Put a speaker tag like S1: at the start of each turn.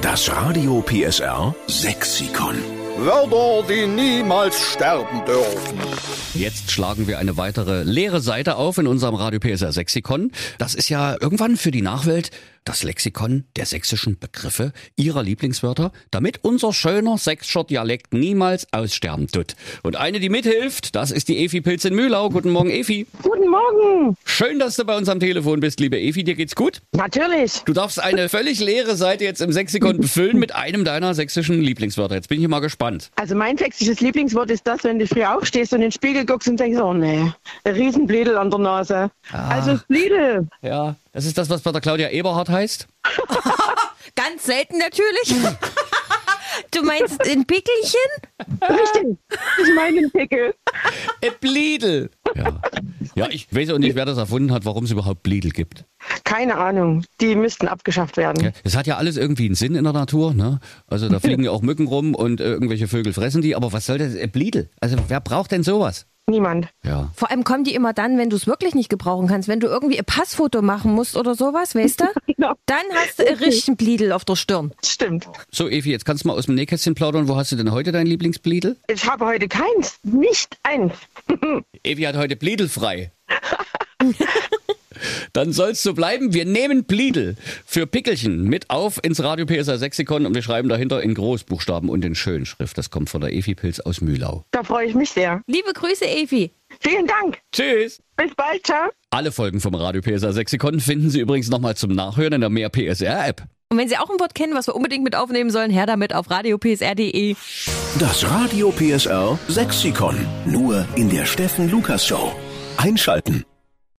S1: Das Radio PSR Sexikon.
S2: Wörter, die niemals sterben dürfen.
S3: Jetzt schlagen wir eine weitere leere Seite auf in unserem Radio PSR Sexikon. Das ist ja irgendwann für die Nachwelt das Lexikon der sächsischen Begriffe ihrer Lieblingswörter, damit unser schöner sächsischer Dialekt niemals aussterben tut. Und eine, die mithilft, das ist die Evi Pilz in Mühlau. Guten Morgen, Evi.
S4: Guten Morgen.
S3: Schön, dass du bei uns am Telefon bist, liebe Evi. Dir geht's gut?
S4: Natürlich.
S3: Du darfst eine völlig leere Seite jetzt im Sexikon befüllen mit einem deiner sächsischen Lieblingswörter. Jetzt bin ich mal gespannt.
S4: Also mein sächsisches Lieblingswort ist das, wenn du früh aufstehst und in den Spiegel guckst und denkst, oh nee, ein Riesenblädel an der Nase. Also Blädel.
S3: Ja, das ist das, was bei der Claudia Eberhardt heißt.
S5: Ganz selten natürlich. Du meinst ein Pickelchen?
S4: Richtig. Ich meine den Pickel.
S3: Äh, Bliedel. Ja. ja, ich weiß auch nicht, wer das erfunden hat, warum es überhaupt Bliedel gibt.
S4: Keine Ahnung. Die müssten abgeschafft werden.
S3: Ja, Es hat ja alles irgendwie einen Sinn in der Natur. Ne? Also da fliegen ja auch Mücken rum und äh, irgendwelche Vögel fressen die. Aber was soll das? Äh, Bliedel. Also wer braucht denn sowas?
S4: Niemand.
S3: Ja.
S5: Vor allem kommen die immer dann, wenn du es wirklich nicht gebrauchen kannst. Wenn du irgendwie ein Passfoto machen musst oder sowas, weißt du?
S4: Genau.
S5: Dann hast du einen richtigen Bliedel auf der Stirn.
S4: Stimmt.
S3: So, Evi, jetzt kannst du mal aus dem Nähkästchen plaudern. Wo hast du denn heute dein Lieblingsbliedel?
S4: Ich habe heute keins. Nicht eins.
S3: Evi hat heute Bliedel frei. Dann sollst du bleiben. Wir nehmen Bliedel für Pickelchen mit auf ins Radio PSA Sexikon und wir schreiben dahinter in Großbuchstaben und in Schönschrift. Das kommt von der Evi Pilz aus Mühlau.
S4: Da freue ich mich sehr.
S5: Liebe Grüße, Evi.
S4: Vielen Dank.
S3: Tschüss!
S4: Bis bald. Ciao.
S3: Alle Folgen vom Radio PSR Sexikon finden Sie übrigens nochmal zum Nachhören in der Mehr PSR App.
S5: Und wenn Sie auch ein Wort kennen, was wir unbedingt mit aufnehmen sollen, her damit auf radiopsr.de.
S1: Das Radio PSR Sexikon. Nur in der Steffen Lukas Show. Einschalten.